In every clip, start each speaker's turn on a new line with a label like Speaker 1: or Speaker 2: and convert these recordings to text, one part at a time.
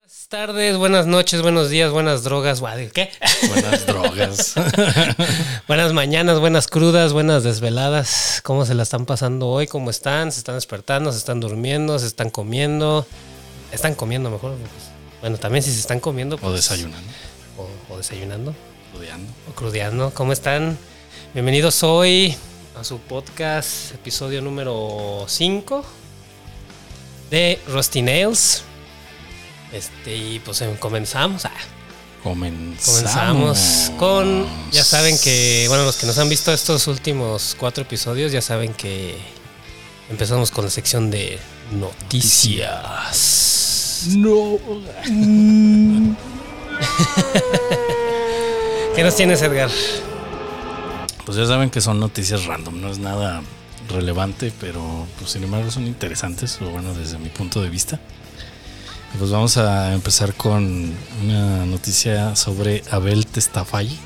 Speaker 1: Buenas tardes, buenas noches, buenos días, buenas drogas, guad- ¿qué?
Speaker 2: Buenas drogas.
Speaker 1: buenas mañanas, buenas crudas, buenas desveladas. ¿Cómo se la están pasando hoy? ¿Cómo están? ¿Se están despertando? ¿Se están durmiendo? ¿Se están comiendo? ¿Están comiendo mejor? Pues, bueno, también si se están comiendo.
Speaker 2: o
Speaker 1: pues,
Speaker 2: desayunando,
Speaker 1: O, o desayunando.
Speaker 2: estudiando.
Speaker 1: O crudeando. ¿Cómo están? Bienvenidos hoy a su podcast, episodio número 5 de Rusty Nails. Este, y pues em, comenzamos. Ah.
Speaker 2: Comenzamos.
Speaker 1: Comenzamos con, ya saben que, bueno, los que nos han visto estos últimos cuatro episodios, ya saben que empezamos con la sección de noticias.
Speaker 2: No.
Speaker 1: ¿Qué nos tienes, Edgar?
Speaker 2: Pues ya saben que son noticias random, no es nada relevante, pero pues, sin embargo son interesantes, o bueno, desde mi punto de vista. Y pues vamos a empezar con una noticia sobre Abel Testafay,
Speaker 1: Ni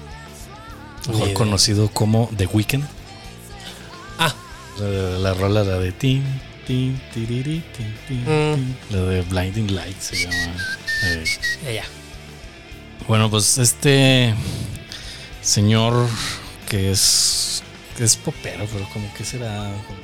Speaker 2: mejor
Speaker 1: idea.
Speaker 2: conocido como The Weeknd.
Speaker 1: Ah,
Speaker 2: La, la rola la de tin, tin, tiriri, tin, tin,
Speaker 1: Mm.
Speaker 2: tin. La de Blinding Light se llama. Eh,
Speaker 1: ya, ya.
Speaker 2: Bueno, pues este señor que es que es popero, pero como que será Como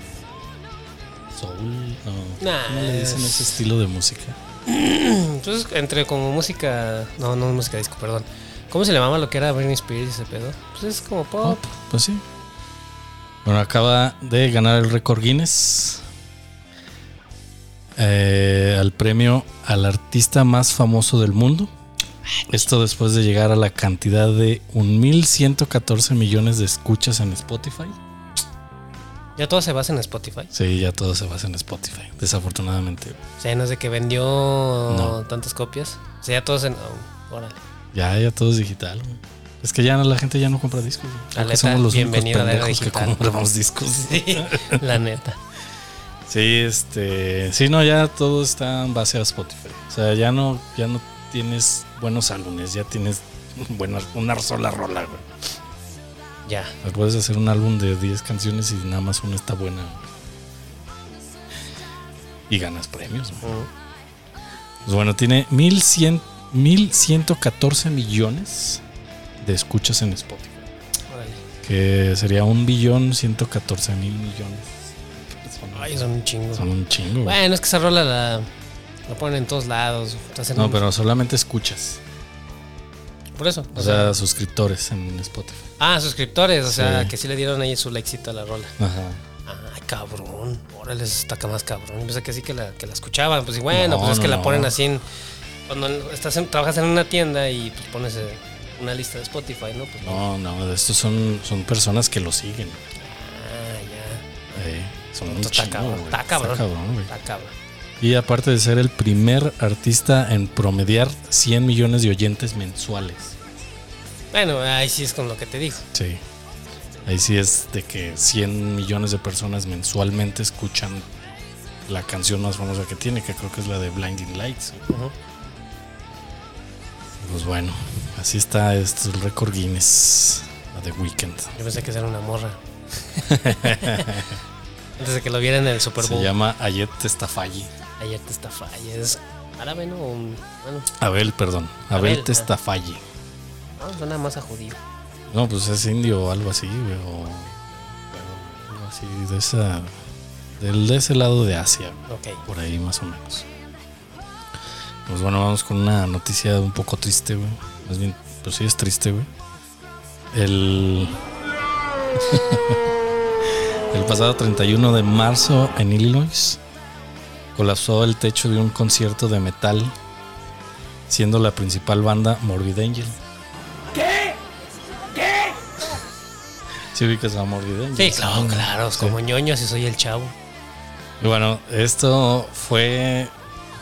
Speaker 2: soul, no,
Speaker 1: Nah,
Speaker 2: ¿cómo le dicen
Speaker 1: es-
Speaker 2: ese estilo de música?
Speaker 1: Entonces, Pues, entre como música, no, no música disco, perdón. ¿Cómo se le llamaba lo que era Britney Spears y ese pedo? Pues es como pop.
Speaker 2: Pop, pues sí. Bueno, acaba de ganar el récord Guinness eh, al premio al artista más famoso del mundo. Esto después de llegar a la cantidad de 1.114 millones de escuchas en Spotify.
Speaker 1: Ya todo se basa en Spotify.
Speaker 2: Sí, ya todo se basa en Spotify, desafortunadamente.
Speaker 1: O sea, no es de que vendió tantas copias. O sea, ya todo se. oh, órale.
Speaker 2: Ya, ya todo es digital. güey. Es que ya no- la gente ya no compra discos. güey. Creo que
Speaker 1: Aleta,
Speaker 2: somos los únicos
Speaker 1: bienvenido a la era
Speaker 2: pendejos que
Speaker 1: digital.
Speaker 2: compramos discos. Sí.
Speaker 1: Sí, la neta.
Speaker 2: este, sí, no, ya todo está en base a Spotify. O sea, ya no, ya no tienes buenos álbumes, ya tienes buena- una sola rola. güey.
Speaker 1: Ya.
Speaker 2: Puedes hacer un álbum de 10 canciones y nada más una está buena. güey. Y ganas premios. güey. Pues bueno, tiene 1100 1114 millones de escuchas en Spotify.
Speaker 1: Órale.
Speaker 2: Que sería un billón 114 mil millones.
Speaker 1: Ay, son un chingo.
Speaker 2: Son un chingo. güey.
Speaker 1: Bueno, es que esa rola la, la ponen en todos lados. Hacen
Speaker 2: No,
Speaker 1: un-
Speaker 2: pero solamente escuchas.
Speaker 1: Por eso.
Speaker 2: O sea, suscriptores en Spotify.
Speaker 1: ah, suscriptores. O sea,
Speaker 2: Sí.
Speaker 1: que sí le dieron ahí su likecito a la rola.
Speaker 2: Ajá.
Speaker 1: Ay, cabrón. Órale, eso está ca- más cabrón. Yo pensé que sí que la, que la escuchaban. Pues y bueno,
Speaker 2: No,
Speaker 1: pues es que
Speaker 2: no,
Speaker 1: la ponen
Speaker 2: no.
Speaker 1: así en. Cuando estás en- trabajas en una tienda y pues, pones eh, una lista de Spotify, ¿no? Pues
Speaker 2: No, no, estos son, son personas que lo siguen.
Speaker 1: Ah, ya.
Speaker 2: Eh, son un
Speaker 1: Está
Speaker 2: chingo.
Speaker 1: cabrón,
Speaker 2: güey.
Speaker 1: está cabrón.
Speaker 2: güey.
Speaker 1: Está cabrón.
Speaker 2: Y aparte de ser el primer artista en promediar 100 millones de oyentes mensuales.
Speaker 1: Bueno, ahí sí es con lo que te digo.
Speaker 2: Sí. Ahí sí es de que 100 millones de personas mensualmente escuchan la canción más famosa que tiene, que creo que es la de Blinding Lights.
Speaker 1: Ujú.
Speaker 2: Pues bueno, así está esto, el récord Guinness la de Weekend.
Speaker 1: Yo pensé que esa era una morra. Antes de que lo vieran en el Super
Speaker 2: Se
Speaker 1: Bowl.
Speaker 2: llama Ayet Testafayi.
Speaker 1: Ayer te estafa. y Es árabe, ¿no? O un- Bueno,
Speaker 2: Abel, perdón.
Speaker 1: Abel,
Speaker 2: Abel,
Speaker 1: ah.
Speaker 2: Testafayi.
Speaker 1: no, ah, suena más a judío.
Speaker 2: No, pues es indio o algo así, güey, o o algo así de esa del de ese lado de Asia.
Speaker 1: Ok.
Speaker 2: Por ahí más o menos. Pues bueno, vamos con una noticia un poco triste, güey. Más bien, pues sí es triste, güey. El... el pasado 31 de marzo en Illinois colapsó el techo de un concierto de metal, siendo la principal banda Morbid Angel. ¿Qué? ¿Qué? Si ubicas a Morbid Angel.
Speaker 1: Sí, claro, claro.
Speaker 2: Sí.
Speaker 1: Como ñoño, si soy el chavo.
Speaker 2: Y bueno, esto fue.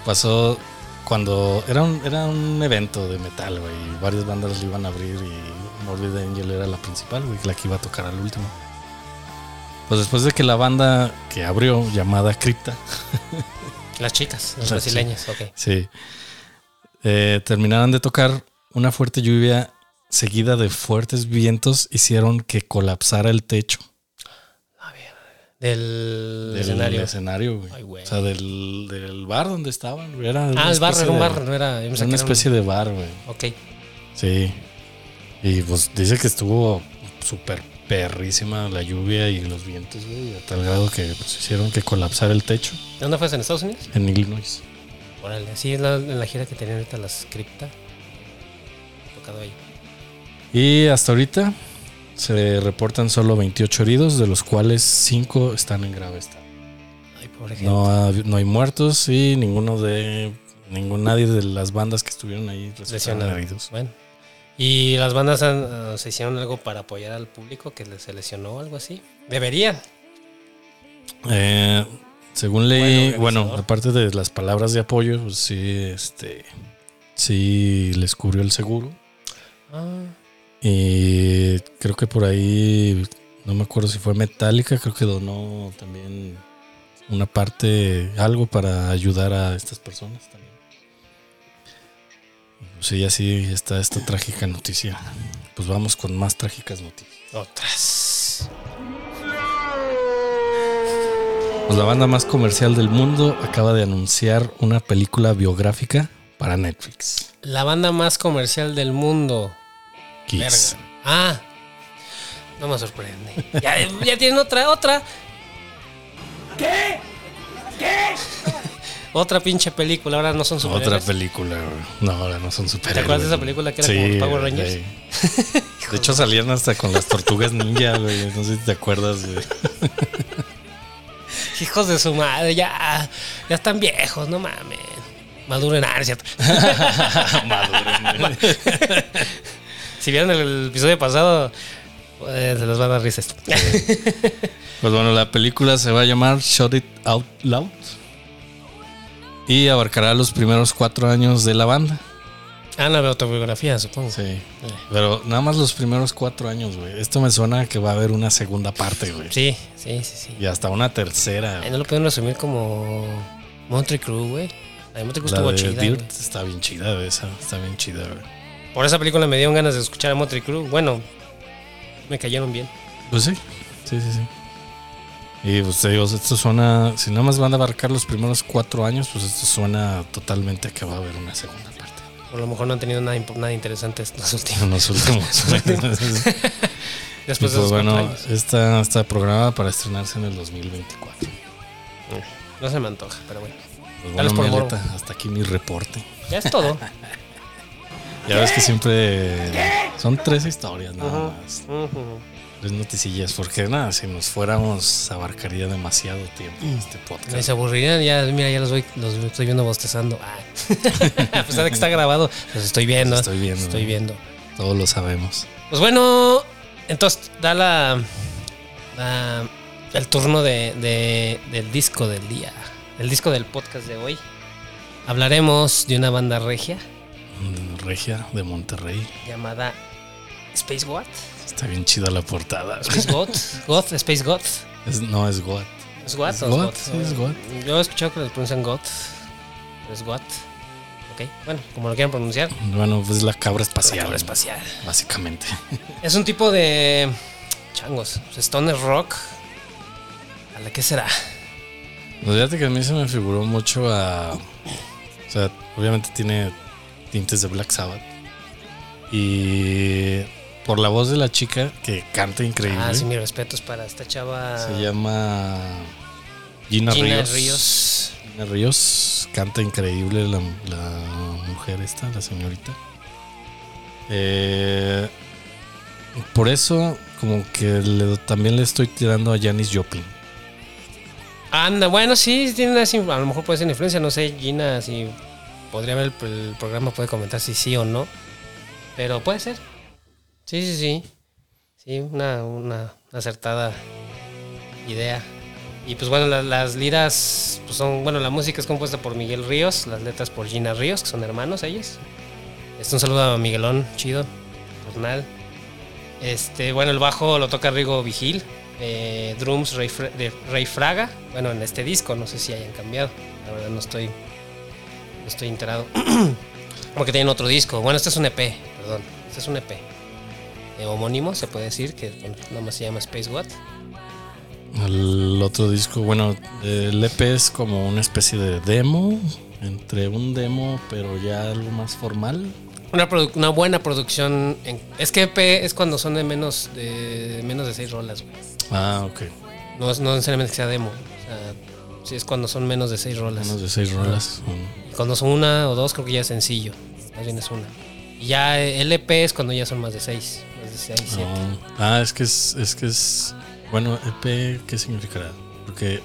Speaker 2: Pasó cuando. Era un, era un evento de metal, güey. y Varias bandas le iban a abrir y Morbid Angel era la principal, güey, la que iba a tocar al último. Pues después de que la banda que abrió, llamada Crypta,
Speaker 1: Las chicas, las
Speaker 2: Las
Speaker 1: brasileñas. Ok.
Speaker 2: sí, eh, terminaran de tocar, una fuerte lluvia seguida de fuertes vientos hicieron que colapsara el techo.
Speaker 1: A ver. del,
Speaker 2: Del
Speaker 1: escenario.
Speaker 2: escenario, güey.
Speaker 1: Ay, güey.
Speaker 2: O sea, del, del bar donde estaban, güey. Era
Speaker 1: Ah,
Speaker 2: una
Speaker 1: el bar,
Speaker 2: especie
Speaker 1: era un
Speaker 2: de-
Speaker 1: bar, no era. yo me
Speaker 2: era
Speaker 1: saqué,
Speaker 2: una
Speaker 1: era un-
Speaker 2: especie de bar, güey.
Speaker 1: Ok.
Speaker 2: Sí. Y pues dice que estuvo súper perrísima la lluvia y los vientos, güey, a tal grado que pues, hicieron que colapsara el techo
Speaker 1: ¿De ¿Dónde fue? ¿En Estados Unidos?
Speaker 2: en Illinois.
Speaker 1: Órale, así es la, en la gira que tenían ahorita las cripta. Tocado ahí.
Speaker 2: Y hasta ahorita se reportan solo 28 heridos, de los cuales 5 están en grave estado.
Speaker 1: Ay, pobre gente.
Speaker 2: No, ha- no hay muertos y ninguno de ningún nadie de las bandas que estuvieron ahí resultaron
Speaker 1: Lesionado.
Speaker 2: heridos.
Speaker 1: Bueno. ¿Y las bandas han- ah, se hicieron algo para apoyar al público que les- se lesionó o algo así? Deberían.
Speaker 2: Eh, según leí,
Speaker 1: Buen
Speaker 2: bueno,
Speaker 1: organizador.
Speaker 2: aparte de las palabras de apoyo, pues sí, este, sí les cubrió el seguro.
Speaker 1: Ah,
Speaker 2: Y creo que por ahí, no me acuerdo si fue Metallica, creo que donó también una parte, algo para ayudar a estas personas también. Sí, así está esta trágica noticia. Pues vamos con más trágicas noticias.
Speaker 1: otras.
Speaker 2: Pues la banda más comercial del mundo acaba de anunciar una película biográfica para Netflix.
Speaker 1: La banda más comercial del mundo.
Speaker 2: Kiss.
Speaker 1: Verga. Ah. No me sorprende. Ya, ya tienen otra, otra. ¿Qué? ¿Qué? Otra pinche película, ahora no son
Speaker 2: Otra
Speaker 1: superhéroes.
Speaker 2: película. güey. No, ahora no son superhéroes.
Speaker 1: acuerdas de esa
Speaker 2: güey.
Speaker 1: película que era como de Power Rangers?
Speaker 2: güey. De hecho salían hasta con las tortugas ninja, güey. No sé si te acuerdas, güey.
Speaker 1: Hijos de su madre, ya, ya están viejos, no mames. Maduren, ah, no es cierto.
Speaker 2: Maduren, güey.
Speaker 1: Si vieron el, episodio pasado, eh, se les van a dar risas.
Speaker 2: Pues bueno, la película se va a llamar Shut It Out Loud. Y abarcará los primeros cuatro años de la banda.
Speaker 1: ah, no, autobiografía, supongo.
Speaker 2: Sí. Pero nada más los primeros cuatro años, güey. Esto me suena a que va a haber una segunda parte, güey.
Speaker 1: Sí, sí, sí, sí.
Speaker 2: Y hasta una tercera.
Speaker 1: Ay, no lo pueden resumir como Monty Crew, güey. A mí Monty Crew
Speaker 2: La
Speaker 1: estuvo
Speaker 2: de
Speaker 1: chida.
Speaker 2: Dirt
Speaker 1: güey.
Speaker 2: está bien chida, güey, esa. Está bien chida, güey.
Speaker 1: Por esa película me dieron ganas de escuchar a Monty Crew. Bueno, me cayeron bien.
Speaker 2: Pues sí. Sí, sí, sí. Y pues te digo, esto suena. Si nada más van a abarcar los primeros cuatro años, pues esto suena totalmente que va a haber una segunda parte.
Speaker 1: Por lo mejor no han tenido nada, imp- nada interesante estos últimos.
Speaker 2: En los últimos. años. Y,
Speaker 1: Después
Speaker 2: pues
Speaker 1: de esos cuatro
Speaker 2: bueno,
Speaker 1: años.
Speaker 2: esta está programada para estrenarse en el 2024.
Speaker 1: No se me antoja, pero bueno.
Speaker 2: Pues
Speaker 1: Dale
Speaker 2: bueno,
Speaker 1: por
Speaker 2: mi
Speaker 1: morbo.
Speaker 2: Aleta, hasta aquí mi reporte.
Speaker 1: Ya es todo.
Speaker 2: Ya ves que siempre son tres historias nada
Speaker 1: Ajá.
Speaker 2: más.
Speaker 1: Ujú.
Speaker 2: Tres noticillas, porque nada, si nos fuéramos abarcaría demasiado tiempo
Speaker 1: Mm.
Speaker 2: este
Speaker 1: Ni
Speaker 2: podcast.
Speaker 1: se aburrirían, ya, mira, ya los, voy, los estoy viendo bostezando. Ah. A pesar de que está grabado, los estoy viendo.
Speaker 2: Los estoy viendo.
Speaker 1: Estoy viendo.
Speaker 2: Todos lo sabemos.
Speaker 1: Pues bueno, entonces da la, la- el turno de, de- del disco del día, el disco del podcast de hoy. Hablaremos de una banda regia
Speaker 2: Regia de Monterrey.
Speaker 1: llamada Space Goat.
Speaker 2: Está bien chida la portada.
Speaker 1: Space Goat, Goat, Space Goat.
Speaker 2: Es- no es Goat.
Speaker 1: ¿Es Goat
Speaker 2: Es
Speaker 1: o
Speaker 2: Goat,
Speaker 1: es
Speaker 2: sí, es Goat.
Speaker 1: Yo he escuchado que lo pronuncian Goat, pero es Goat. Ok, bueno, como lo quieran pronunciar.
Speaker 2: Bueno, pues la cabra espacial.
Speaker 1: Cabra espacial.
Speaker 2: Básicamente.
Speaker 1: Es un tipo de changos, stoner rock. ¿A la qué será?
Speaker 2: Pues fíjate que a mí se me figuró mucho a. O sea, obviamente tiene tintes de Black Sabbath. Y por la voz de la chica que canta increíble.
Speaker 1: Ah, sí, mis respetos para esta chava.
Speaker 2: Se llama Gina,
Speaker 1: Ah. Gina
Speaker 2: Ríos.
Speaker 1: Ríos.
Speaker 2: Gina Ríos canta increíble la, la mujer esta, la señorita. Eh, por eso, como que le- también le estoy tirando a Janis Joplin.
Speaker 1: Anda, bueno, sí, tiene una, sim- a lo mejor puede ser una influencia. No sé, Gina, si podría ver el, el programa, puede comentar si sí o no. Pero puede ser. Sí, sí, sí. Sí, una, una acertada idea. Y pues bueno, la- las liras pues, son. Bueno, la música es compuesta por Miguel Ríos, las letras por Gina Ríos, que son hermanos ellos. Este, un saludo a Miguelón, chido, jornal. Este, bueno, el bajo lo toca Rigo Vigil. eh, drums Rey, Fra- de Rey Fraga. Bueno, en este disco, no sé si hayan cambiado. La verdad no estoy. No estoy enterado. Porque tienen otro disco. Bueno, este es un EP, perdón. Este es un EP. eh, homónimo, se puede decir, que bueno, nada más se llama Space What.
Speaker 2: El otro disco, bueno, el EP es como una especie de demo, entre un demo, pero ya algo más formal.
Speaker 1: Una, produ- una buena producción. en- es que EP es cuando son de menos de, menos de seis rolas, güey.
Speaker 2: Ah, ok.
Speaker 1: No, es- no necesariamente que sea demo. O sea, sí es cuando son menos de seis rolas.
Speaker 2: Menos de seis rolas.
Speaker 1: Cuando son una o dos, creo que ya es sencillo. Más bien es una. Y ya eh, LP es cuando ya son más de seis. Más de seis, siete.
Speaker 2: No. Ah, es que es, es que es. Bueno, EP, ¿qué significará? Porque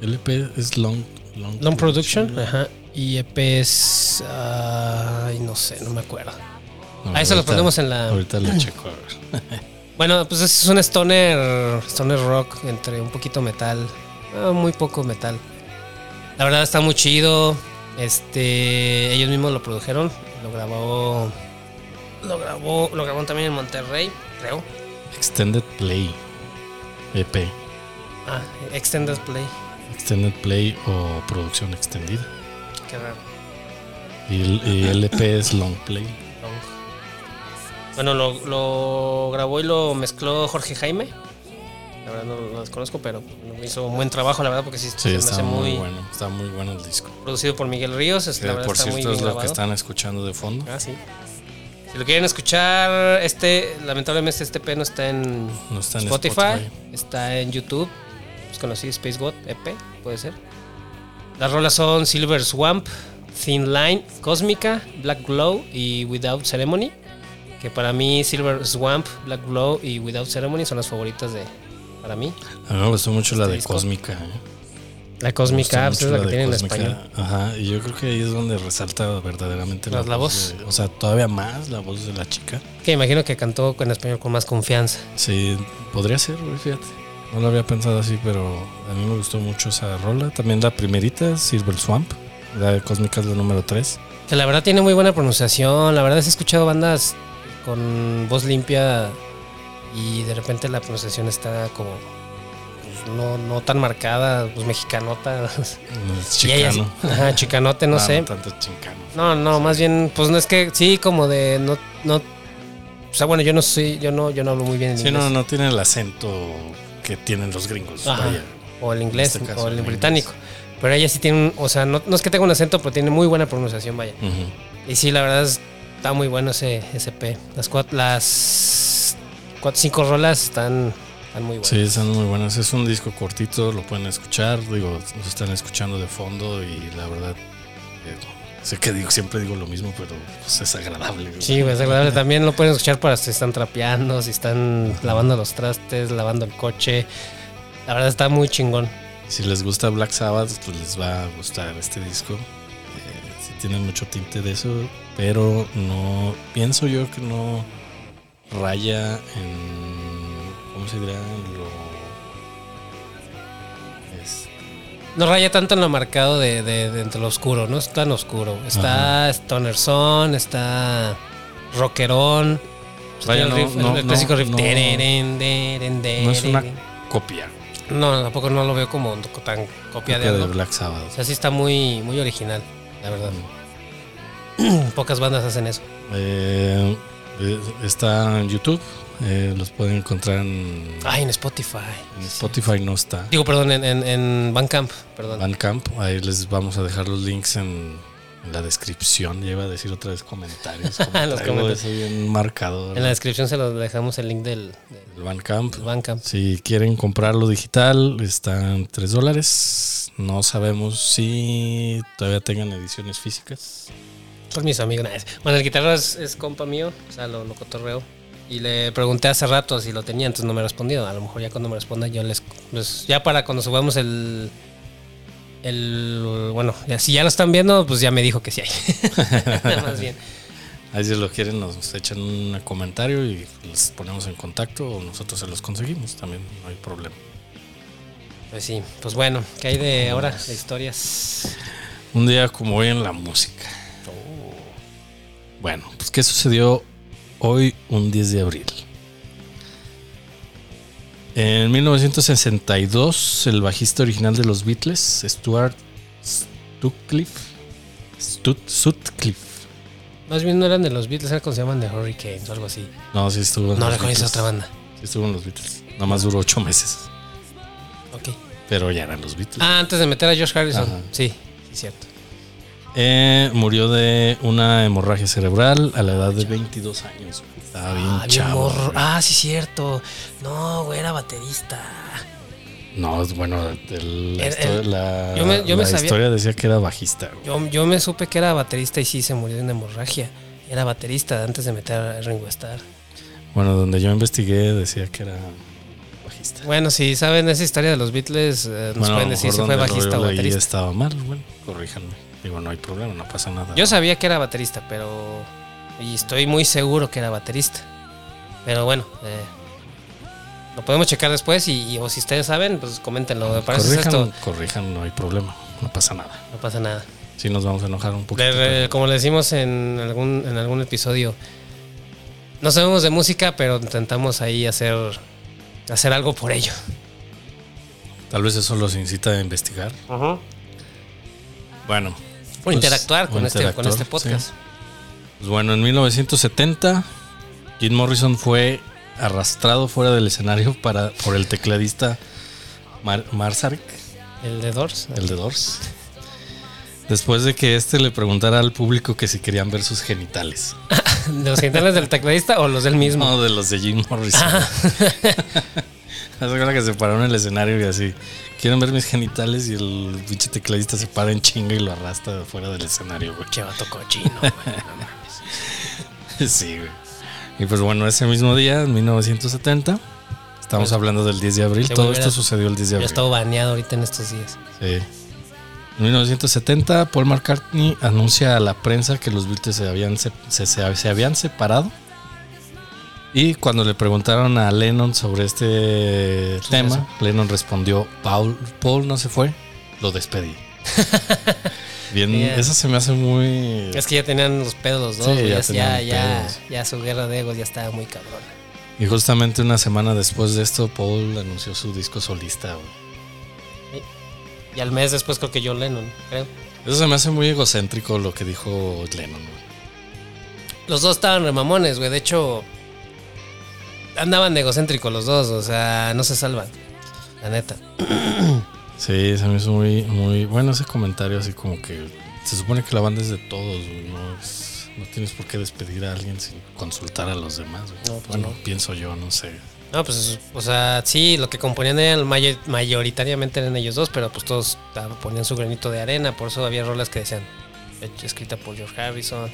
Speaker 2: LP es long. Long,
Speaker 1: Long production, ajá. Y EP es. Ay, no sé, no me acuerdo.
Speaker 2: No,
Speaker 1: Ah, eso lo
Speaker 2: ahorita-
Speaker 1: ponemos en la.
Speaker 2: Ahorita lo checo, a ver.
Speaker 1: Bueno, pues es un stoner, stoner rock entre un poquito metal, ah, muy poco metal. La verdad está muy chido. Este, ellos mismos lo produjeron, lo grabó, lo grabó, lo grabó también en Monterrey, creo.
Speaker 2: Extended Play. E EP.
Speaker 1: Ah, Extended Play,
Speaker 2: Extended Play o producción extendida.
Speaker 1: qué raro.
Speaker 2: Y, y LP es long play.
Speaker 1: Bueno, lo, lo grabó y lo mezcló Jorge Jaime. La verdad no lo desconozco, pero hizo un buen trabajo, la verdad, porque sí, se
Speaker 2: Sí,
Speaker 1: me
Speaker 2: está
Speaker 1: hace
Speaker 2: muy,
Speaker 1: muy
Speaker 2: bueno. Está muy bueno el disco.
Speaker 1: producido por Miguel Ríos. es-
Speaker 2: Que,
Speaker 1: la verdad
Speaker 2: por
Speaker 1: está muy
Speaker 2: cierto,
Speaker 1: bien
Speaker 2: es lo que
Speaker 1: grabado.
Speaker 2: están escuchando de fondo.
Speaker 1: Ah, sí. Si lo quieren escuchar, este, lamentablemente este P no está en
Speaker 2: No está en
Speaker 1: Spotify,
Speaker 2: Spotify.
Speaker 1: está en YouTube. Es conocido Space God EP, puede ser. Las rolas son Silver Swamp, Thin Line, Cósmica, Black Glow y Without Ceremony. Que para mí Silver Swamp, Black Glow y Without Ceremony son las favoritas de para mí.
Speaker 2: A mí me gustó mucho la
Speaker 1: Este
Speaker 2: de
Speaker 1: disco.
Speaker 2: Cósmica. ¿eh?
Speaker 1: La
Speaker 2: Me
Speaker 1: Cósmica pues,
Speaker 2: gusta
Speaker 1: es
Speaker 2: mucho
Speaker 1: la que
Speaker 2: de
Speaker 1: tiene en
Speaker 2: Cósmica.
Speaker 1: español.
Speaker 2: Ajá, y yo creo que ahí es donde resalta verdaderamente
Speaker 1: Más la voz.
Speaker 2: de- o sea, todavía más la voz de la chica.
Speaker 1: Que imagino que cantó en español con más confianza.
Speaker 2: Sí, podría ser, güey, fíjate. No lo había pensado así, pero a mí me gustó mucho esa rola. También la primerita, Silver Swamp. La de Cósmica es la número 3.
Speaker 1: Que la verdad tiene muy buena pronunciación. La verdad sí he escuchado bandas con voz limpia y de repente la pronunciación está como pues, no, no tan marcada, pues mexicanota.
Speaker 2: Mm,
Speaker 1: Y ella sí-
Speaker 2: Chicano.
Speaker 1: ajá, chicanote, no
Speaker 2: Ah,
Speaker 1: sé.
Speaker 2: tanto chicano.
Speaker 1: No, no, más bien, pues no es que sí, como de no, no. O sea, bueno, yo no soy, yo no, yo no hablo muy bien el
Speaker 2: Sí,
Speaker 1: inglés.
Speaker 2: no, no tiene el acento que tienen los gringos.
Speaker 1: Ajá.
Speaker 2: vaya.
Speaker 1: O el inglés,
Speaker 2: este caso,
Speaker 1: o el
Speaker 2: el
Speaker 1: británico. Pero ella sí tiene, un- o sea, no, no es que tenga un acento, pero tiene muy buena pronunciación, vaya.
Speaker 2: Ujú.
Speaker 1: Y sí, la verdad es- está muy bueno ese SP. Las cuatro, las cuatro, cinco rolas están, están muy buenas.
Speaker 2: Sí, están muy buenas. Es un disco cortito, lo pueden escuchar. Digo, nos están escuchando de fondo y la verdad, eh, sé que digo, siempre digo lo mismo, pero pues, es agradable. güey.
Speaker 1: Sí, güey, es agradable. También lo pueden escuchar para si están trapeando, si están lavando los trastes, lavando el coche. La verdad está muy chingón.
Speaker 2: Si les gusta Black Sabbath, pues les va a gustar este disco. Eh, sí tiene mucho tinte de eso, pero no, pienso yo que no raya en, ¿cómo se dirá? En lo... es-
Speaker 1: No raya tanto en lo marcado de, de, de entre lo oscuro, no es tan oscuro. Está Stoner Son, está Rockerón. pues
Speaker 2: Vaya,
Speaker 1: tiene
Speaker 2: no,
Speaker 1: el, riff- el-
Speaker 2: no,
Speaker 1: el clásico
Speaker 2: no,
Speaker 1: riff.
Speaker 2: no.
Speaker 1: tereren, deren,
Speaker 2: No es una
Speaker 1: deren.
Speaker 2: copia, güey,
Speaker 1: No, tampoco no lo veo como tan copia de
Speaker 2: copia de
Speaker 1: algo.
Speaker 2: Black
Speaker 1: O
Speaker 2: Sabbath.
Speaker 1: sea, sí está muy, muy original, la verdad. Pocas bandas hacen eso.
Speaker 2: Eh, eh, está en YouTube, eh, los pueden encontrar en,
Speaker 1: Ay, en Spotify.
Speaker 2: en Spotify, no está.
Speaker 1: Digo, perdón, en, en, en Bandcamp, perdón.
Speaker 2: Bandcamp, ahí les vamos a dejar los links en en la descripción. Ya iba a decir otra vez comentarios. como
Speaker 1: Los
Speaker 2: traigo
Speaker 1: comentarios.
Speaker 2: eso bien marcado.
Speaker 1: En la descripción se los dejamos el link del, del
Speaker 2: El Bandcamp.
Speaker 1: Bandcamp.
Speaker 2: Si quieren comprarlo digital, están 3 dólares. No sabemos si todavía tengan ediciones físicas.
Speaker 1: Son mis amigos. Nah, es- Bueno, el guitarra es, es compa mío, o sea, lo, lo cotorreo. Y le pregunté hace rato si lo tenía, entonces no me respondió. A lo mejor ya cuando me responda yo les... pues, ya para cuando subamos el... El... Bueno, ya- si ya lo están viendo, pues ya me dijo que sí hay. Más bien.
Speaker 2: Ahí si lo quieren, nos echan un comentario y les ponemos en contacto o nosotros se los conseguimos. También no hay problema.
Speaker 1: Pues sí, pues bueno, ¿qué hay de ahora de historias?
Speaker 2: Un día como hoy en la música. Bueno, pues ¿qué sucedió hoy un 10 de abril? En 1962, el bajista original de los Beatles, Stuart Sutcliffe, Stut- Sutcliffe,
Speaker 1: Más bien no eran de los Beatles, eran como se llaman de Hurricanes o algo así.
Speaker 2: no, sí estuvo en
Speaker 1: No
Speaker 2: los
Speaker 1: reconoces
Speaker 2: Beatles.
Speaker 1: otra banda.
Speaker 2: Sí estuvo en los Beatles, nada más duró ocho meses.
Speaker 1: Ok.
Speaker 2: Pero ya eran los Beatles.
Speaker 1: Ah, antes de meter a George Harrison.
Speaker 2: Ajá.
Speaker 1: Sí, sí, cierto.
Speaker 2: Eh, murió de una hemorragia cerebral a la edad de 22 años. güey. Estaba bien
Speaker 1: Ah, bien
Speaker 2: chavo.
Speaker 1: morro.
Speaker 2: güey.
Speaker 1: Ah, sí, cierto. No, güey, era baterista.
Speaker 2: No, es bueno, el- la,
Speaker 1: Era-
Speaker 2: histo- la-
Speaker 1: yo me- yo me
Speaker 2: la
Speaker 1: sabía-
Speaker 2: historia decía que era bajista. güey.
Speaker 1: Yo, yo me supe que era baterista y sí se murió de una hemorragia. Era baterista antes de meter a Ringo Starr.
Speaker 2: Bueno, donde yo investigué decía que era bajista.
Speaker 1: Bueno, si saben esa historia de los Beatles, eh, nos
Speaker 2: Bueno, a lo
Speaker 1: pueden decir
Speaker 2: mejor
Speaker 1: si fue
Speaker 2: donde lo
Speaker 1: bajista o
Speaker 2: leí
Speaker 1: baterista.
Speaker 2: estaba mal, bueno, corríjanme. Digo, no hay problema, no pasa nada.
Speaker 1: Yo sabía que era baterista, pero. Y estoy muy seguro que era baterista. Pero bueno, eh, lo podemos checar después y, y- o si ustedes saben, pues coméntenlo. Me parece
Speaker 2: corrijan,
Speaker 1: esto.
Speaker 2: corrijan, no hay problema, no pasa nada.
Speaker 1: No pasa nada.
Speaker 2: Sí nos vamos a enojar un poquito.
Speaker 1: Le- le-
Speaker 2: pero-
Speaker 1: como le decimos en algún, en algún episodio, no sabemos de música, pero intentamos ahí hacer, hacer algo por ello.
Speaker 2: Tal vez eso los incita a investigar. Bueno.
Speaker 1: O
Speaker 2: pues,
Speaker 1: interactuar
Speaker 2: o
Speaker 1: con, este, con
Speaker 2: interactuar,
Speaker 1: este podcast.
Speaker 2: sí. Pues bueno, en 1970, Jim Morrison fue arrastrado fuera del escenario para, por el tecladista Mar Marsarik,
Speaker 1: El de Doors.
Speaker 2: el de Doors. Después de que este le preguntara al público que si querían ver sus genitales.
Speaker 1: ¿De los genitales del tecladista o los del mismo?
Speaker 2: No, de los de Jim Morrison. Hace cuenta que se paró en el escenario y así. Quieren ver mis genitales y el pinche tecladista se para en chinga y lo arrastra fuera del escenario, güey.
Speaker 1: Che, vato cochino, güey, no mames.
Speaker 2: Sí, güey. Y pues bueno, ese mismo día, en 1970, estamos
Speaker 1: Pues,
Speaker 2: hablando del 10 de abril.
Speaker 1: sí,
Speaker 2: Todo
Speaker 1: güey,
Speaker 2: esto
Speaker 1: hubiera-
Speaker 2: sucedió el 10 de
Speaker 1: Yo he
Speaker 2: abril.
Speaker 1: estado baneado ahorita en estos días.
Speaker 2: Sí. En 1970, Paul McCartney anuncia a la prensa que los Beatles se habían, se, se- se- se habían separado. Y cuando le preguntaron a Lennon sobre este tema, Lennon respondió, Paul, Paul no se fue, lo despedí. Bien,
Speaker 1: Yeah.
Speaker 2: eso se me hace muy...
Speaker 1: Es que ya tenían los pedos los dos,
Speaker 2: Sí,
Speaker 1: güey,
Speaker 2: ya
Speaker 1: ya,
Speaker 2: tenían
Speaker 1: ya,
Speaker 2: pedos.
Speaker 1: ya su guerra de egos ya estaba muy cabrona.
Speaker 2: Y justamente una semana después de esto, Paul anunció su disco solista. güey.
Speaker 1: Y al mes después creo que John Lennon, creo.
Speaker 2: Eso se me hace muy egocéntrico lo que dijo Lennon. güey.
Speaker 1: Los dos estaban remamones, güey. De hecho, andaban de egocéntricos los dos, o sea, no se salvan. La neta.
Speaker 2: Sí, se me hizo muy, muy bueno ese comentario, así como que se supone que la banda es de todos, güey, no, es- no tienes por qué despedir a alguien sin consultar a los demás. güey.
Speaker 1: No, pues
Speaker 2: bueno,
Speaker 1: no.
Speaker 2: pienso yo, no sé.
Speaker 1: No, pues, o sea, sí, lo que componían eran mayo- mayoritariamente eran ellos dos, pero pues todos ah, ponían su granito de arena, por eso había rolas que decían, eh, escrita por George Harrison.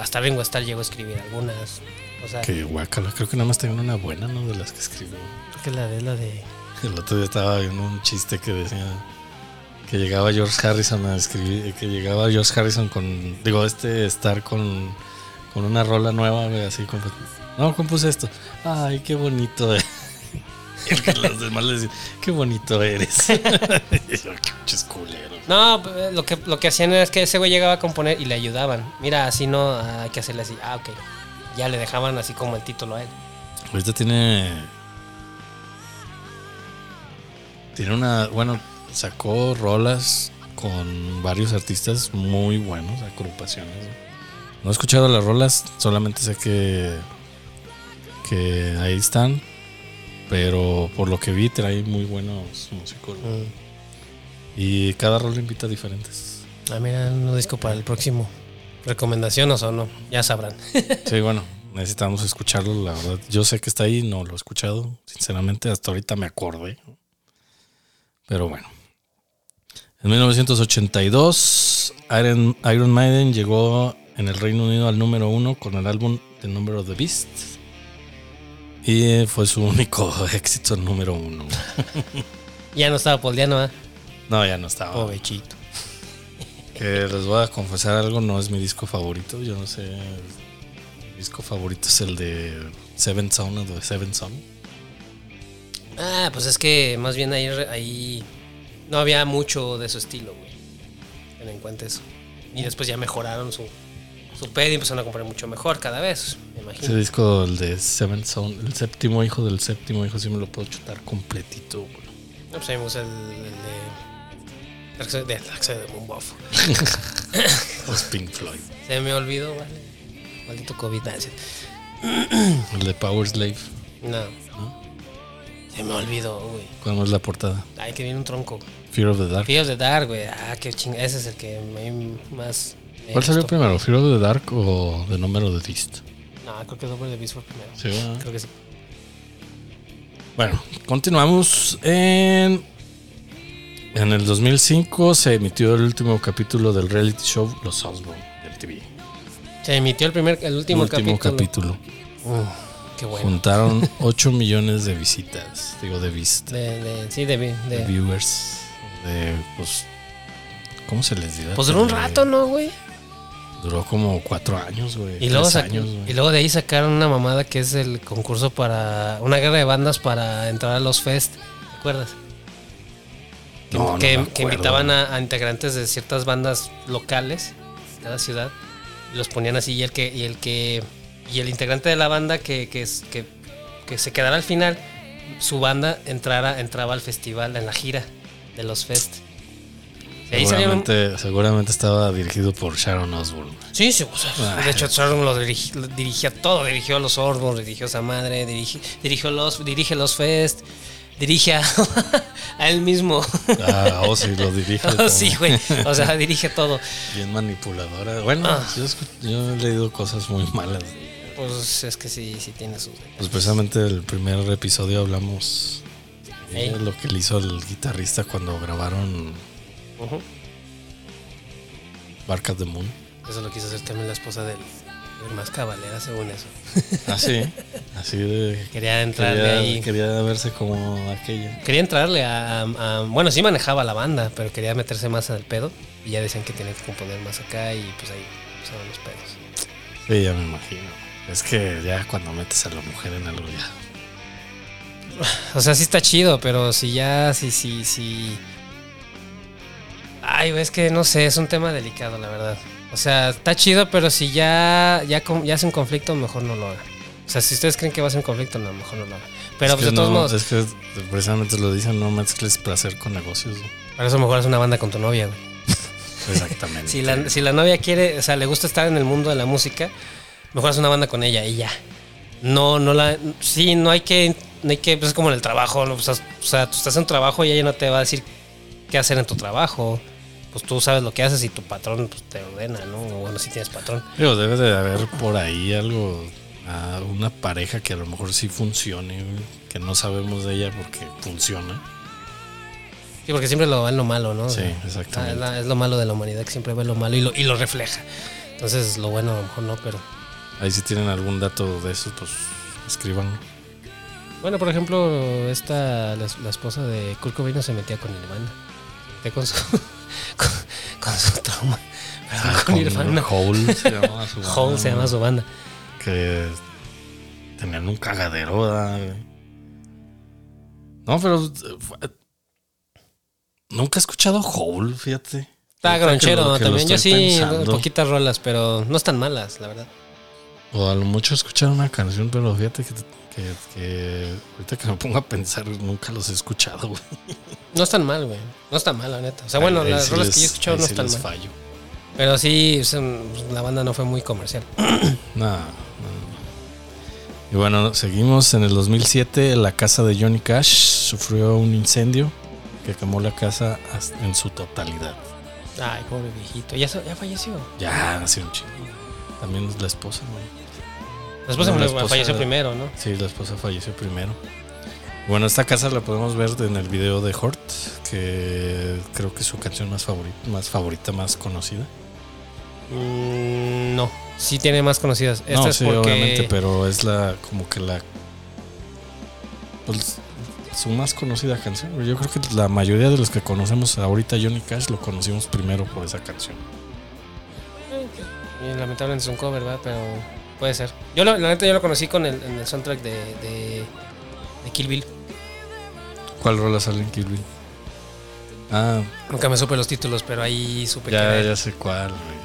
Speaker 1: Hasta Ringo Starr llegó a escribir algunas. O sea,
Speaker 2: Que guacala, creo que nada más tengo una buena, ¿no? De las que escribió.
Speaker 1: creo que la de la de.
Speaker 2: El otro día estaba viendo un chiste que decía que llegaba George Harrison a escribir, que llegaba George Harrison con, digo, este estar con, con una rola nueva, güey, así como, no, compuse esto. Ay, qué bonito. eh". Y que los demás le decían, qué bonito eres. Y yo, "Qué pinches culeros".
Speaker 1: No, eh, lo que, lo que hacían es que ese güey llegaba a componer y le ayudaban. Mira, así no, ah, hay que hacerle así. Ah, ok. Ya le dejaban así como el título a él.
Speaker 2: Ahorita tiene. Tiene una. Bueno, sacó rolas con varios artistas muy buenos, agrupaciones. No he escuchado las rolas, solamente sé que. que ahí están. Pero por lo que vi, trae muy buenos músicos. güey.
Speaker 1: Mm.
Speaker 2: Y cada rola invita a diferentes.
Speaker 1: Ah, mira, un disco para el próximo. ¿Recomendaciones o no? Ya sabrán.
Speaker 2: Sí, bueno, necesitamos escucharlo, la verdad. Yo sé que está ahí, no lo he escuchado, sinceramente, hasta ahorita me acordé. Pero bueno. En 1982, Iron, Iron Maiden llegó en el Reino Unido al número uno con el álbum The Number of the Beast. Y eh, fue su único éxito número uno.
Speaker 1: Ya no estaba Poldiano, ¿ah?
Speaker 2: No, ya no estaba.
Speaker 1: Pobechito.
Speaker 2: Que les voy a confesar algo, no es mi disco favorito. Yo no sé. Mi disco favorito es el de Seven Son o de Seven Son.
Speaker 1: Ah, pues es que más bien ahí, re- ahí no había mucho de su estilo, güey. Ten en cuenta eso. Y después ya mejoraron su, su pedo y empezaron a comprar mucho mejor cada vez, me imagino.
Speaker 2: Ese disco, el de Seven Son, el séptimo hijo del séptimo hijo, sí me lo puedo chutar completito. güey.
Speaker 1: No, pues a mí me gusta el, el de. Dark Side- de Dark Side of the Moon Buff.
Speaker 2: Los Pink Floyd.
Speaker 1: Se me olvidó, vale. Maldito COVID. Ah, sí.
Speaker 2: El de Power Slave.
Speaker 1: No.
Speaker 2: ¿No?
Speaker 1: Se Se me olvidó, güey.
Speaker 2: ¿Cuál es la portada?
Speaker 1: Ay, que viene un tronco.
Speaker 2: Fear of the Dark.
Speaker 1: Fear of the Dark, güey. Ah, qué ching. Ese es el que me más. me
Speaker 2: ¿Cuál salió
Speaker 1: gustó.
Speaker 2: primero? ¿Fear of the Dark o The Number of the Beast?
Speaker 1: No, creo que Double the Beast fue primero.
Speaker 2: Sí, ¿verdad?
Speaker 1: Creo que sí.
Speaker 2: Bueno, continuamos en... En el 2005 se emitió el último capítulo del reality show Los Osborne del TV.
Speaker 1: Se emitió el primer, el último,
Speaker 2: último
Speaker 1: capítulo.
Speaker 2: capítulo.
Speaker 1: Uh, qué bueno.
Speaker 2: Juntaron 8 millones de visitas, digo, de vistas,
Speaker 1: De, de- sí, de, de-
Speaker 2: de viewers, de, pues, ¿cómo se les dirá?
Speaker 1: Pues duró un
Speaker 2: De-
Speaker 1: rato, ¿no, güey?
Speaker 2: Duró como 4 años, güey.
Speaker 1: Y luego,
Speaker 2: tres
Speaker 1: sac-
Speaker 2: años, güey.
Speaker 1: y luego de ahí sacaron una mamada que es el concurso para. Una guerra de bandas para entrar a los fest. ¿Te acuerdas? Que,
Speaker 2: No, no
Speaker 1: que-
Speaker 2: me
Speaker 1: que
Speaker 2: acuerdo.
Speaker 1: invitaban a, a integrantes de ciertas bandas locales de cada ciudad. Y los ponían así. Y el que. Y el que. Y el integrante de la banda que, que, es- que, que se quedara al final. Su banda entrara, entraba al festival, en la gira de los fest. Y ahí salieron
Speaker 2: Seguramente, seguramente estaba dirigido por Sharon Osbourne.
Speaker 1: Sí, sí, o sea,
Speaker 2: Ah.
Speaker 1: de hecho Sorbo lo dirigi- lo dirigía todo, dirigió a los Orbos, dirigió a esa madre, dirigi- dirigió los, dirige los Fest, dirige a, a él mismo.
Speaker 2: Ah, oh, sí, lo dirige.
Speaker 1: Oh, sí,
Speaker 2: también.
Speaker 1: güey, o sea, dirige todo.
Speaker 2: Bien manipuladora. Bueno,
Speaker 1: Ah.
Speaker 2: yo, escu- yo he leído cosas muy malas. de-
Speaker 1: Pues es que sí, sí tiene sus...
Speaker 2: Pues precisamente el primer episodio hablamos de
Speaker 1: Ey.
Speaker 2: lo que le hizo el guitarrista cuando grabaron
Speaker 1: Ujú.
Speaker 2: Bark at the Moon.
Speaker 1: Eso lo quiso hacer también la esposa del, del más cabalera, según eso. Ah,
Speaker 2: Así, así de.
Speaker 1: Quería entrarle ahí.
Speaker 2: Quería, quería verse como aquella.
Speaker 1: Quería entrarle a, a- a- Bueno, sí manejaba la banda, pero quería meterse más al pedo. Y ya decían que tenía que componer más acá y pues ahí empezaron los pedos.
Speaker 2: Sí, ya me imagino. Es que ya cuando metes a la mujer en algo ya.
Speaker 1: O sea, sí está chido, pero si ya, si, si, si. Ay, güey, es que no sé, es un tema delicado, la verdad. O sea, está chido, pero si ya, ya, com- ya hace un conflicto, mejor no lo haga. O sea, si ustedes creen que va a ser un conflicto, no, mejor no lo haga. Pero
Speaker 2: Es
Speaker 1: pues,
Speaker 2: que
Speaker 1: de todos
Speaker 2: no,
Speaker 1: modos,
Speaker 2: Es que precisamente lo dicen, no mezcles placer con negocios. güey.
Speaker 1: para eso mejor haz una banda con tu novia, güey.
Speaker 2: Exactamente.
Speaker 1: Si la, si la novia quiere, o sea, le gusta estar en el mundo de la música, mejor haz una banda con ella y ya. No, no la. Sí, no hay que. No hay que. Pues es como en el trabajo, ¿no? Pues, haz- o sea, tú estás en un trabajo y ella no te va a decir qué hacer en tu trabajo. Pues tú sabes lo que haces y tu patrón pues, te ordena, ¿no? O Bueno, si tienes patrón.
Speaker 2: Digo, debe de haber por ahí algo, a una pareja que a lo mejor sí funcione, güey, que no sabemos de ella porque funciona.
Speaker 1: Sí, porque siempre lo ven lo malo, ¿no? O
Speaker 2: Sí,
Speaker 1: sea, ah, es,
Speaker 2: exactamente.
Speaker 1: la- es lo malo de la humanidad que siempre ve lo malo y lo, y lo refleja. Entonces, lo bueno a lo mejor no, pero.
Speaker 2: Ahí si tienen algún dato de eso, pues escriban.
Speaker 1: Bueno, por ejemplo, esta la, la esposa de Kurt Cobain no se metía con Nirvana. Se metía con su con, con su trauma. Pero
Speaker 2: Ah,
Speaker 1: no con Nirvana.
Speaker 2: Hole se llama su banda,
Speaker 1: Hole se llama su banda.
Speaker 2: Que tenían un cagadero, ¿verdad, güey? No, pero... eh, fue- Nunca he escuchado Hole, fíjate.
Speaker 1: Está
Speaker 2: Ahorita que
Speaker 1: gronchero
Speaker 2: lo- que lo
Speaker 1: también. Yo
Speaker 2: estoy
Speaker 1: sí,
Speaker 2: pensando.
Speaker 1: poquitas rolas, pero no están malas, la verdad.
Speaker 2: O a lo mucho escuchar una canción, pero fíjate que, que- que ahorita que me pongo a pensar, nunca los he escuchado, güey.
Speaker 1: No están mal, güey. No están mal, la neta. O sea, Ah, bueno,
Speaker 2: Ahí- ahí
Speaker 1: las
Speaker 2: sí
Speaker 1: rolas
Speaker 2: les-
Speaker 1: que yo he escuchado
Speaker 2: ahí
Speaker 1: no
Speaker 2: sí
Speaker 1: están
Speaker 2: les
Speaker 1: mal.
Speaker 2: fallo.
Speaker 1: Pero sí, o sea, la banda no fue muy comercial.
Speaker 2: Nah, nah. Y bueno, seguimos. En el 2007, la casa de Johnny Cash sufrió un incendio que quemó la casa hasta- en su totalidad.
Speaker 1: Ay, pobre viejito. Ya, se- ya falleció.
Speaker 2: Ya, hace un chingo. También la esposa, güey.
Speaker 1: Después
Speaker 2: No, la esposa-
Speaker 1: falleció primero, ¿no?
Speaker 2: Sí, la esposa falleció primero. Bueno, esta casa la podemos ver en el video de Hort, que creo que es su canción más favorita, más favorita, más conocida.
Speaker 1: Mm, no. Sí tiene más conocidas. Esta
Speaker 2: no,
Speaker 1: es
Speaker 2: sí,
Speaker 1: porque...
Speaker 2: obviamente, pero es la como que la pues, su más conocida canción. Yo creo que la mayoría de los que conocemos ahorita Johnny Cash lo conocimos primero por esa canción.
Speaker 1: Y lamentablemente es un cover, ¿verdad? Pero puede ser. Yo lo- la neta yo lo conocí con el, en el soundtrack de, de, de Kill Bill.
Speaker 2: ¿Cuál rola sale en Kill Bill? Ah,
Speaker 1: Nunca me supe los títulos, pero ahí supe que era
Speaker 2: ya,
Speaker 1: él.
Speaker 2: ya sé cuál. güey.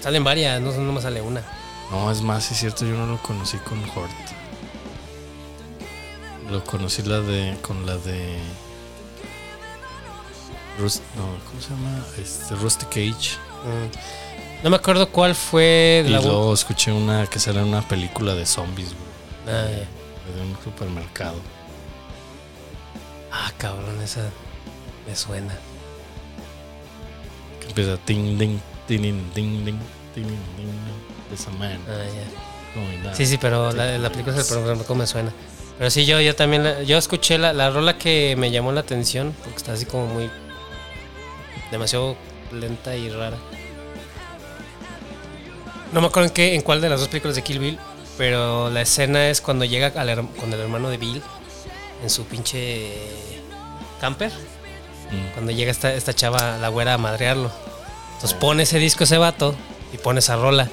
Speaker 1: Salen varias, no, no me sale una.
Speaker 2: No, es más, sí es cierto, yo no lo conocí con Hort. Lo conocí la de con la de Rust- no, ¿cómo se llama? Este Rusty Cage.
Speaker 1: Mm. No me acuerdo cuál fue
Speaker 2: Y
Speaker 1: de la bu-
Speaker 2: luego escuché una que sale en una película de zombies, güey,
Speaker 1: Ah, ya.
Speaker 2: de un supermercado.
Speaker 1: Ah, cabrón, esa me suena.
Speaker 2: Que empieza ting, ding, ting, ding, ding, ding, ting, ding, ding, ding, de esa manera.
Speaker 1: Ah, ya.
Speaker 2: Como en la-
Speaker 1: Sí, sí, pero la, la película es el programa, ¿cómo me suena? Pero sí, yo, yo también, la- yo escuché la, la rola que me llamó la atención, porque está así como muy, demasiado lenta y rara. No me acuerdo en, qué, en cuál de las dos películas de Kill Bill, pero la escena es cuando llega al her- con el hermano de Bill en su pinche camper.
Speaker 2: Mm.
Speaker 1: cuando llega esta, esta chava, la güera, a madrearlo. Entonces pone ese disco ese vato y pone esa rola.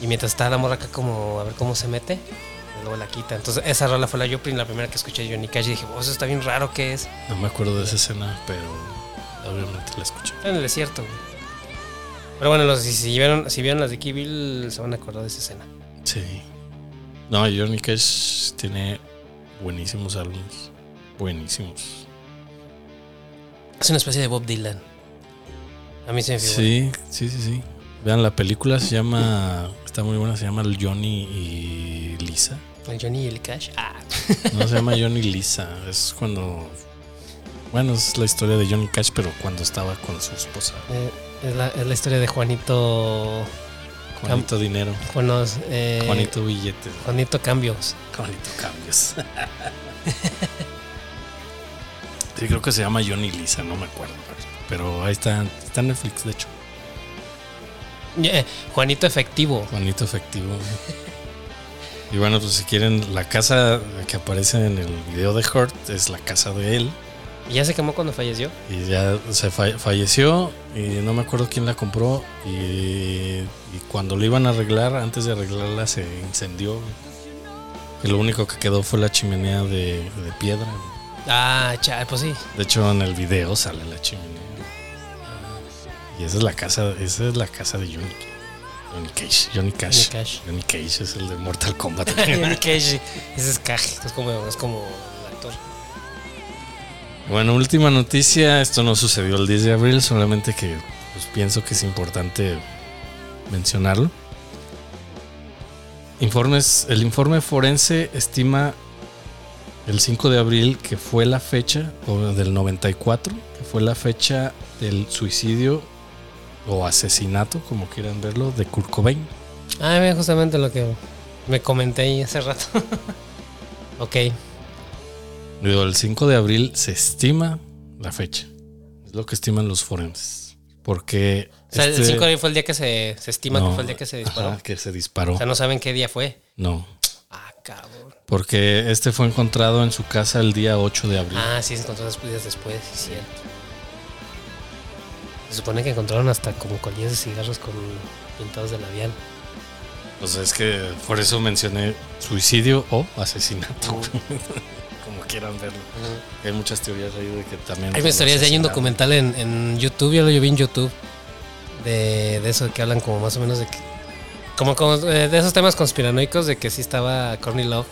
Speaker 1: Y mientras está la morra acá como a ver cómo se mete, y luego la quita. Entonces esa rola fue la yo prim- la primera que escuché de Johnny Cash y dije, oh, eso está bien raro que es.
Speaker 2: No me acuerdo de esa escena, pero obviamente la escuché.
Speaker 1: Está en el desierto, güey. Pero bueno, los- si, si vieron, si vieron las de Kill Bill, se van a acordar de esa escena.
Speaker 2: Sí. No, Johnny Cash tiene buenísimos álbumes. Buenísimos.
Speaker 1: Es una especie de Bob Dylan. A mí se me figura.
Speaker 2: Sí, sí, sí, sí. Vean, la película se llama. Está muy buena, se llama El Johnny y Lisa.
Speaker 1: El Johnny y el Cash. Ah,
Speaker 2: No se llama Johnny Lisa. Es cuando. Bueno, es la historia de Johnny Cash, pero cuando estaba con su esposa.
Speaker 1: eh, es, la, es la historia de Juanito.
Speaker 2: Juanito Dinero.
Speaker 1: Bueno, eh,
Speaker 2: Juanito Billete.
Speaker 1: Juanito Cambios.
Speaker 2: Juanito Cambios. Sí, creo que se llama Johnny Lisa, no me acuerdo. Pero ahí está, está en Netflix, de hecho.
Speaker 1: Eh, Juanito efectivo.
Speaker 2: Juanito efectivo. Y bueno, pues si quieren, la casa que aparece en el video de Hurt es la casa de él.
Speaker 1: ¿Y ya se quemó cuando falleció?
Speaker 2: Y ya se fa- falleció y no me acuerdo quién la compró. Y, y cuando lo iban a arreglar, antes de arreglarla se incendió. Y lo único que quedó fue la chimenea de, de piedra.
Speaker 1: Ah, chal, pues sí.
Speaker 2: De hecho, en el video sale la chimenea. Y esa es la casa, esa es la casa de Johnny, Johnny Cage. Johnny Cash.
Speaker 1: Johnny Cash.
Speaker 2: Johnny Cage es el de Mortal Kombat.
Speaker 1: Johnny Cage. Ese es Cage. Es como, es como el actor.
Speaker 2: Bueno, última noticia. Esto no sucedió el 10 de abril, solamente que pues, pienso que es importante mencionarlo. Informes, el informe forense estima el 5 de abril que fue la fecha o del 94, que fue la fecha del suicidio o asesinato, como quieran verlo, de Kurt Cobain.
Speaker 1: Ah, mira, justamente lo que me comenté ahí hace rato. ok.
Speaker 2: Digo, el 5 de abril se estima la fecha. Es lo que estiman los forenses. Porque
Speaker 1: O sea, el
Speaker 2: este-
Speaker 1: 5 de abril fue el día que se, se estima
Speaker 2: No,
Speaker 1: que fue el día que se disparó.
Speaker 2: ajá, que se disparó.
Speaker 1: O sea, no saben qué día fue.
Speaker 2: No,
Speaker 1: Ah, cabrón.
Speaker 2: porque este fue encontrado en su casa el día 8 de abril.
Speaker 1: Ah, sí, se encontró dos días después, sí, cierto. Se supone que encontraron hasta como colillas de cigarros con pintados de labial.
Speaker 2: Pues es que por eso mencioné suicidio o asesinato. Como quieran verlo. Hay muchas teorías ahí de que también.
Speaker 1: Hay unas teorías de hay un documental en, en YouTube, ya lo yo vi en YouTube, de, de eso que hablan como más o menos de que... Como, como, eh, de esos temas conspiranoicos de que sí estaba Courtney Love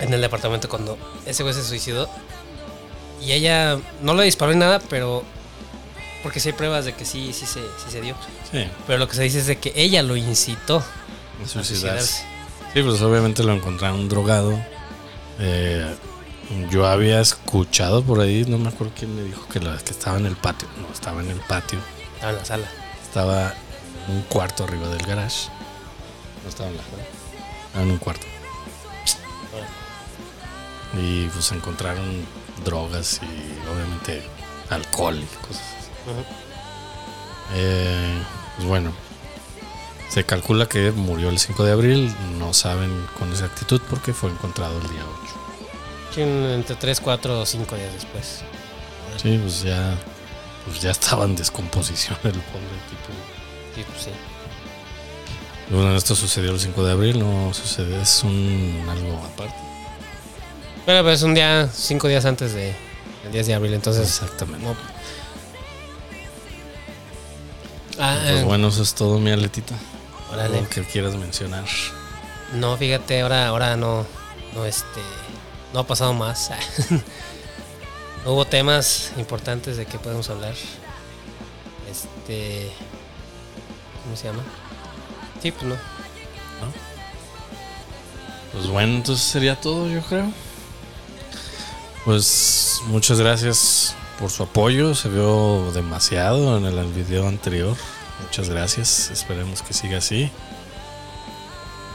Speaker 1: en el departamento cuando ese güey se suicidó. Y ella no le disparó ni nada, pero... Porque sí hay pruebas de que sí, sí se, sí se dio.
Speaker 2: Sí,
Speaker 1: Pero lo que se dice es de que ella lo incitó a
Speaker 2: suicidarse.
Speaker 1: suicidarse.
Speaker 2: Sí, pues obviamente lo encontraron drogado. Eh, yo había escuchado por ahí, no me acuerdo quién me dijo que, la, que estaba en el patio. No, estaba en el patio.
Speaker 1: Estaba en la sala.
Speaker 2: Estaba en un cuarto arriba del garage. No estaba en la sala. Estaba en un cuarto. Y pues encontraron drogas y obviamente alcohol y cosas así. Eh, pues bueno. Se calcula que murió el 5 de abril. No saben con exactitud porque fue encontrado el día 8.
Speaker 1: Sí, Entre 3, 4 o 5 días después.
Speaker 2: Sí, pues ya, pues ya estaba en descomposición el pobre tipo.
Speaker 1: Sí, pues sí.
Speaker 2: Bueno, esto sucedió el 5 de abril, no sucede, es un algo aparte.
Speaker 1: Bueno, pues un día, cinco días antes de el 10 de abril, entonces.
Speaker 2: Exactamente.
Speaker 1: no. Ah,
Speaker 2: Pues
Speaker 1: eh,
Speaker 2: bueno, eso es todo, mi aletita.
Speaker 1: órale.
Speaker 2: Algo que quieras mencionar.
Speaker 1: No, fíjate, ahora, ahora no, no este, no ha pasado más. No Hubo temas importantes de que podemos hablar. Este, ¿cómo se llama? Sí, pues no.
Speaker 2: Pues bueno, entonces sería todo, yo creo. Pues muchas gracias por su apoyo. Se vio demasiado en el video anterior. Muchas gracias. Esperemos que siga así.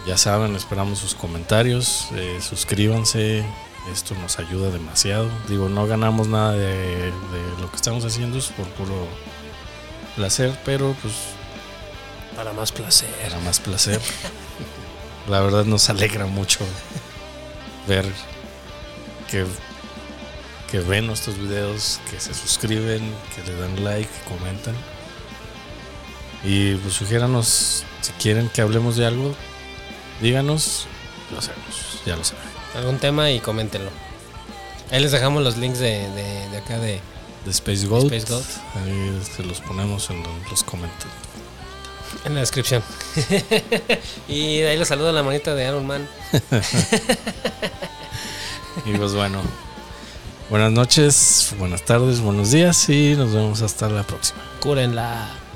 Speaker 2: Ya saben, esperamos sus comentarios. eh, suscríbanse. Esto nos ayuda demasiado. Digo, no ganamos nada de, de lo que estamos haciendo. Es por puro placer, pero pues
Speaker 1: Para más placer.
Speaker 2: era más placer. La verdad nos alegra mucho ver que, que ven nuestros videos, que se suscriben, que le dan like, que comentan. Y pues sugiéranos, si quieren que hablemos de algo, díganos, lo hacemos, ya lo saben.
Speaker 1: Algún tema y coméntenlo. Ahí les dejamos los links de, de- de acá de.
Speaker 2: De Space Gold,
Speaker 1: Space Gold.
Speaker 2: ahí se los ponemos en los, los comentarios.
Speaker 1: En la descripción. y de ahí les saludo a la manita de Iron Man.
Speaker 2: Y pues bueno, buenas noches, buenas tardes, buenos días y nos vemos hasta la próxima.
Speaker 1: Cúrenla.